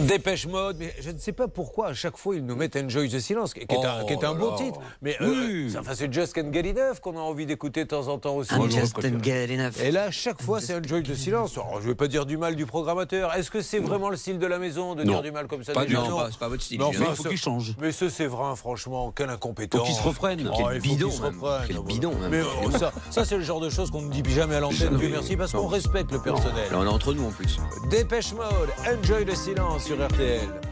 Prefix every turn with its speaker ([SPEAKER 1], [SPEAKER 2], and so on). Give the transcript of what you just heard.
[SPEAKER 1] Dépêche Mode, mais je ne sais pas pourquoi à chaque fois ils nous mettent Enjoy the Silence, qui est un,
[SPEAKER 2] Oh
[SPEAKER 1] qui est un
[SPEAKER 2] là
[SPEAKER 1] beau
[SPEAKER 2] là.
[SPEAKER 1] titre. Mais
[SPEAKER 2] Oui. Ah,
[SPEAKER 1] euh, ça, enfin, c'est Just Can Get Enough qu'on a envie d'écouter de temps en temps aussi.
[SPEAKER 3] I'm just can't get enough.
[SPEAKER 1] Et là, à chaque fois, c'est Enjoy the Silence. Alors, je ne vais pas dire du mal du programmateur. Est-ce que c'est vraiment le style de la maison de
[SPEAKER 2] Non.
[SPEAKER 1] dire du mal comme ça
[SPEAKER 2] Pas
[SPEAKER 1] des
[SPEAKER 2] du
[SPEAKER 1] gens
[SPEAKER 2] tout.
[SPEAKER 1] Non.
[SPEAKER 2] Pas- c'est pas votre style,
[SPEAKER 1] Mais
[SPEAKER 2] Julien.
[SPEAKER 1] enfin,
[SPEAKER 2] Il faut
[SPEAKER 1] ce-
[SPEAKER 2] qu'il change.
[SPEAKER 1] Mais ce, c'est vrai, franchement, quelle incompétence.
[SPEAKER 2] Faut qu'il se reprenne.
[SPEAKER 1] Oh,
[SPEAKER 2] Quel
[SPEAKER 1] il faut
[SPEAKER 2] bidon,
[SPEAKER 1] qu'il se
[SPEAKER 2] même.
[SPEAKER 1] reprenne.
[SPEAKER 2] Quel
[SPEAKER 1] Ah, bon.
[SPEAKER 2] bidon, même.
[SPEAKER 1] Mais oh, ça, ça, c'est le genre de choses qu'on ne dit jamais à l'antenne. Dieu merci, parce qu'on respecte le personnel.
[SPEAKER 3] Là, on est entre nous en plus.
[SPEAKER 1] Dépêche Mode, Enjoy the Silence sur RTL.